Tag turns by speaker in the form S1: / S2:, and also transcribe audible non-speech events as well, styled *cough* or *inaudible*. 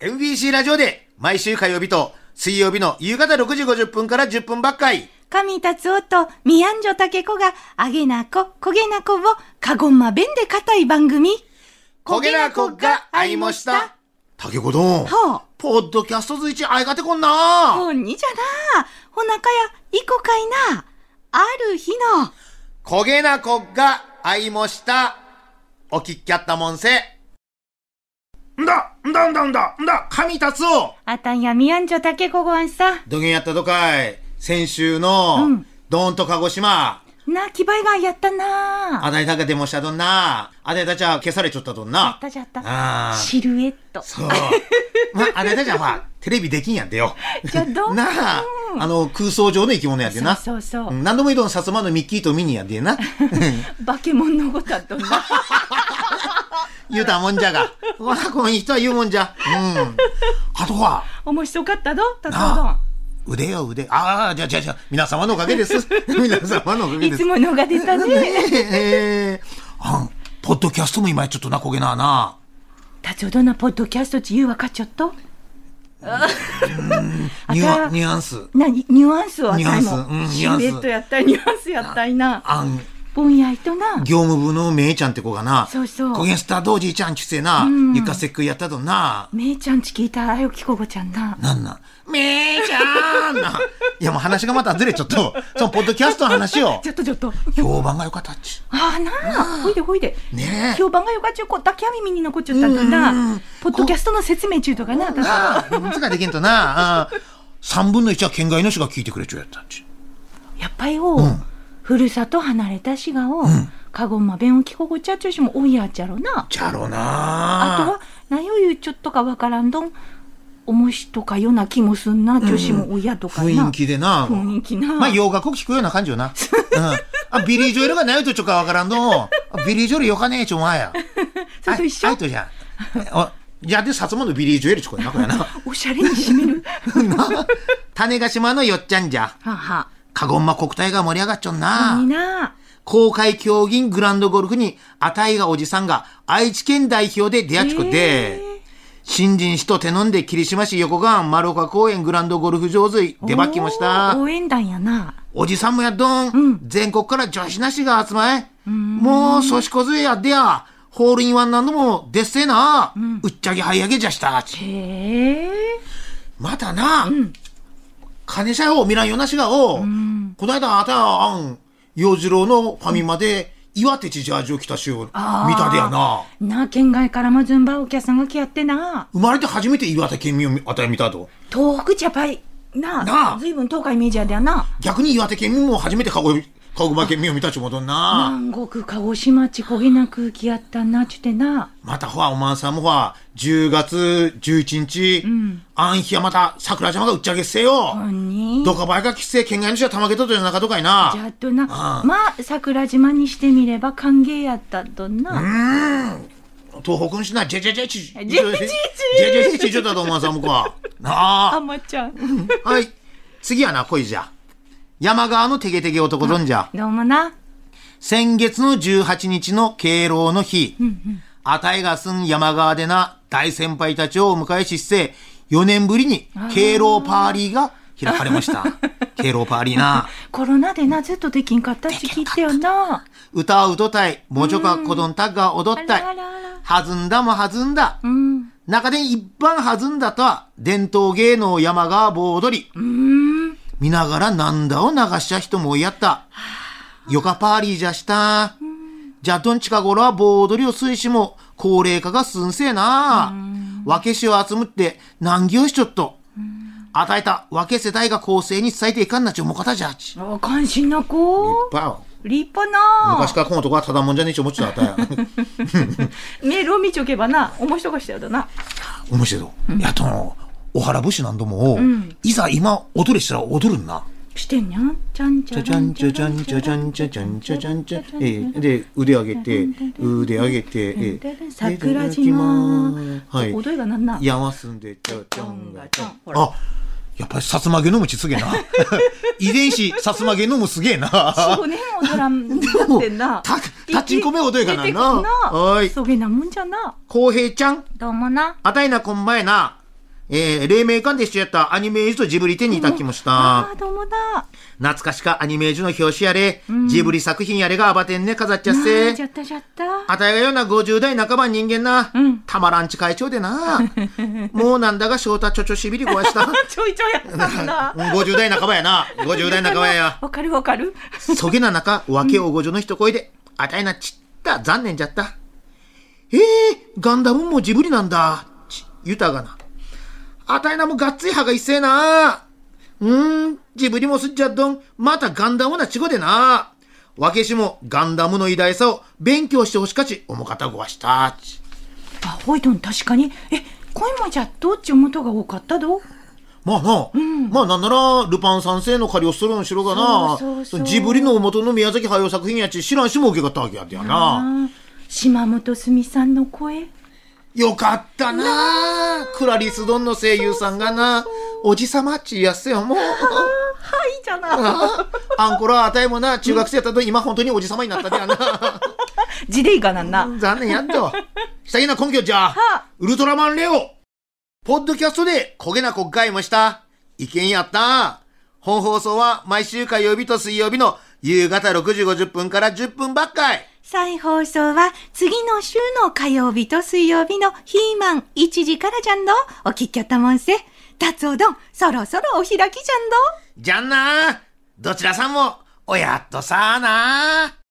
S1: MBC ラジオで毎週火曜日と水曜日の夕方6時50分から10分ばっかり。
S2: 神達夫とミアンジョタケコが、あげなこ、こげなこを、かごんま弁で固い番組。
S1: 焦げなこがありました。。竹子どん。
S2: はあ
S1: ポッドキャストずいちあいがてこんな。
S2: ほんにじゃな。ほなかや、いこかいな。ある日の、
S1: 焦げなこがあいました。おきっきゃったもんせ。んだ、んだんだんだ、んだ、神達夫。
S2: あたんやミアンジョタケコごあんさ。
S1: どげんやったとかい。先週の、
S2: うん
S1: どんと鹿児島。
S2: な、気ばいがやったな。
S1: あだいたかでもしたどんな。あだいたちゃ消されちょったどん
S2: や
S1: な
S2: っ。たじゃった。
S1: ああ。
S2: シルエット。
S1: そう。まあ、あれだじゃん、ほら、テレビできんやってよ。
S2: じゃどう
S1: なあ、あの、空想上の生き物やってな。
S2: そうそうそう
S1: うん何でもいいとん、さつまのミッキーとミニーやって *laughs* な。
S2: バケモンのことはどんな。
S1: *laughs* 言うたもんじゃが。わあ、この人は言うもんじゃ。うん。あとは、
S2: 面白かったどたつおど
S1: なあ、腕よ、腕。ああ、じゃあじゃあじゃあ皆様のおかげ *laughs* です。皆様のおか
S2: ん。
S1: げ
S2: い
S1: で
S2: つ
S1: す。
S2: ものが出たね。
S1: ええあん、ポッドキャストも今ちょっとなこげなあな。
S2: たつおどんのポッドキャスト自由分かっちゃった
S1: ニュア
S2: あた
S1: ニュアンス。
S2: なにニュアンスはあたい
S1: ニ
S2: も
S1: ュアンスうん
S2: シ
S1: ニュアンス
S2: ルエットやったりニュアンスやったりな
S1: あん、
S2: ぼんやりとな
S1: 業務部のめいちゃんって子がな、
S2: そうそう
S1: こげんスタードージーちゃんちゅせな、
S2: ん
S1: ゆかせっくやったとな、
S2: めいちゃんち聞いたあよきこごちゃんな
S1: なんなん、めいちゃんな。いやもう話がまたずれちょっと、そのポッドキャストの話を
S2: *laughs* ち、ょっとちょっと
S1: 評判が良かったっち。
S2: ああなあほいでほいで
S1: ねえ
S2: 評判がよかっちゅうこだけは耳に残っちゃったんだ
S1: うん
S2: なポッドキャストの説明中とかなたつおどん
S1: なあ、うんつができんとな、あ3分の1は県外の人が聞いてくれちゅうやったんち。
S2: やっぱりを、
S1: うん
S2: ふるさと離れた滋賀を、
S1: ん
S2: かごんま弁を聞こごちゃっちゅうしも多いやっちゃろな
S1: じゃろな
S2: あとは何を言うちょっとかわからんどんおもしとかような気もすんな女子も親とかな、
S1: 雰囲気でな。
S2: 雰囲気な
S1: まあ洋楽を聴くような感じよな。うん。あ、ビリー・ジョエルがないとちょっかわからんの。あビリー・ジョエルよかねえちょ、お前や。
S2: *laughs* それと一緒
S1: あいとじゃん。あ、じゃあで、薩摩のビリー・ジョエルちこやな、これな。
S2: おしゃれに締
S1: *laughs*
S2: める
S1: な種ヶ島のよっちゃんじゃ。
S2: はあは
S1: カゴンマ国体が盛り上がっちょん
S2: あいい
S1: な。
S2: な
S1: 公開競技グランドゴルフに、あたいがおじさんが愛知県代表で出会っちこ
S2: え
S1: で、新人市と手飲んで霧島市横川丸岡公園グランドゴルフ場水出ばきました
S2: おー。応援団やな
S1: おじさんもやっどん、
S2: ん
S1: 全国から女子なしが集まえ、もうそしこずやでやホールインワンなんどもでっせな、うっちゃげはいやげじゃしたち
S2: へえ
S1: またな、金社を見らんよなしがを、こないだあたあん洋次郎のファミマで、岩手ちジャージを着たしを見
S2: あー
S1: たでやな
S2: なあ県外からまずんばお客さんが来やってな
S1: 生まれて初めて岩手県民をあたい見たと
S2: 東北じゃぱいなあ
S1: なあ
S2: ずいぶん遠かいメジャーだよな
S1: 逆に岩手県民も初めて鹿児鹿児島県民を見たちもとんな、
S2: 南国鹿児島ちこげな空気やったなちゅてな
S1: またほわ、おまんさんもほわ、10月11日、あんひやまた桜島が打ち上げっせよ。
S2: ほんに
S1: どかばいが帰省、県外の人はたまげととよなかとかいな。
S2: じゃっとな
S1: ああ
S2: まあ桜島にしてみれば歓迎やったとな
S1: 東北の人な、ジェジェジェチ。ジェ
S2: ジェジェ
S1: ジェジェチちょっとだとおまんさんもこわ。な
S2: あ
S1: あ。
S2: まちゃん
S1: はい。次はな、恋じゃ。山川のてげてげ男どんじゃ。
S2: どうもな
S1: 先月の18日の敬老の日、あたいがすん山川でな大先輩たちをお迎えしして、4年ぶりに敬老パーリーが開かれました。敬老パーリーな。
S2: コロナでなずっとできんかったち聞いてよな
S1: 歌を歌ったい、もちょかこどんたっが踊ったい
S2: あらあらあら、
S1: 弾んだも弾んだ
S2: う、ん
S1: 中で一般弾んだとは伝統芸能山川棒踊り、
S2: うん
S1: 見ながらなんだを流した人もやった。よかパーリーじゃした。じゃどん近頃は棒踊りを推しも高齢化がすんせえな。わけしを集むって難儀をしちょっと。与えたわけ世代が後世に伝えていかんなち思う方じゃち。
S2: あ関心な子
S1: ば
S2: 立派な
S1: 昔からこの男はただもんじゃねえち思っちゃったや。
S2: メールを見ちょけばな面白かしたよだな
S1: 面白いぞ。やっとの、お腹節なんどもを、いざ今踊れしたら踊るんな。
S2: してんにゃんちゃんち
S1: ち
S2: ゃ
S1: ゃちゃんちゃちゃ
S2: ん
S1: んちゃちゃんちゃちゃんちゃちゃんちゃん。えーで、腕上げて、腕上げて、えー
S2: 桜島
S1: はい。
S2: 踊りがなんな
S1: 山すんで、ちょちょんがちょん。
S2: ほら
S1: あやっぱりさつまげのむちすげえな。 *laughs* 遺伝子さつまげのむすげえな。
S2: そうね踊らん
S1: で
S2: なっ
S1: も
S2: てんな、
S1: た、立ちんこめ踊りがなんな。
S2: な
S1: はーい。
S2: そげなもんじゃな
S1: こうへいちゃん、
S2: どうもな
S1: あたいなこんばえな。えー、黎明館で一緒やったアニメージュとジブリ展にいたきました。
S2: あーどうもだ。
S1: 懐かしかアニメージュの表紙やれ、ジブリ作品やれが暴てんね飾っちゃっ
S2: あ
S1: せ
S2: ー。じゃったじゃった。
S1: あたいがような50代半ばの人間な、
S2: ん
S1: たまらんち会長でな。もうなんだが翔太ちょちょしびり壊した。
S2: ちょいちょいやってたんだ。
S1: うん50代半ばやな。50代半ばや。
S2: わかるわかる。
S1: そげな中、わけおごじょの一声で、あたいなちった残念じゃった。ええガンダムもジブリなんだ。ち、豊かな。あたいなもがっつい歯が一斉な。うーん、ジブリもすっじゃっどん、またガンダムなちごでな。わけしもガンダムの偉大さを勉強してほしかち、おもかたごわした。ち
S2: あ、ホイドン確かに。え、恋もじゃっとっち思うとが多かったど。
S1: まあな、まあなんなら、ルパン三世の借りをするんしろがな、
S2: そうそうそう
S1: ジブリの元の宮崎駿作品やち、知らんしも受けかったわけやでやな。
S2: あー島本澄さんの声。
S1: よかったなあクラリス・ドンの声優さんがなおじさまっちやっせ
S2: *laughs*
S1: よもう
S2: はいじゃな。
S1: ああんころはあたいもな中学生やったと今本当におじさまになったでやな
S2: ジレイガなんだ。
S1: 残念やっと下げな根拠じゃ
S2: あ
S1: ウルトラマンレオポッドキャストで焦げな国会もした意見やった本放送は毎週火曜日と水曜日の夕方6時50分から10分ばっかい
S2: 再放送は次の週の火曜日と水曜日のヒーマン1時からじゃんど。お聞きやったもんせ。達おどん、そろそろお開きじゃんど。
S1: じゃんなどちらさんもおやっとさあな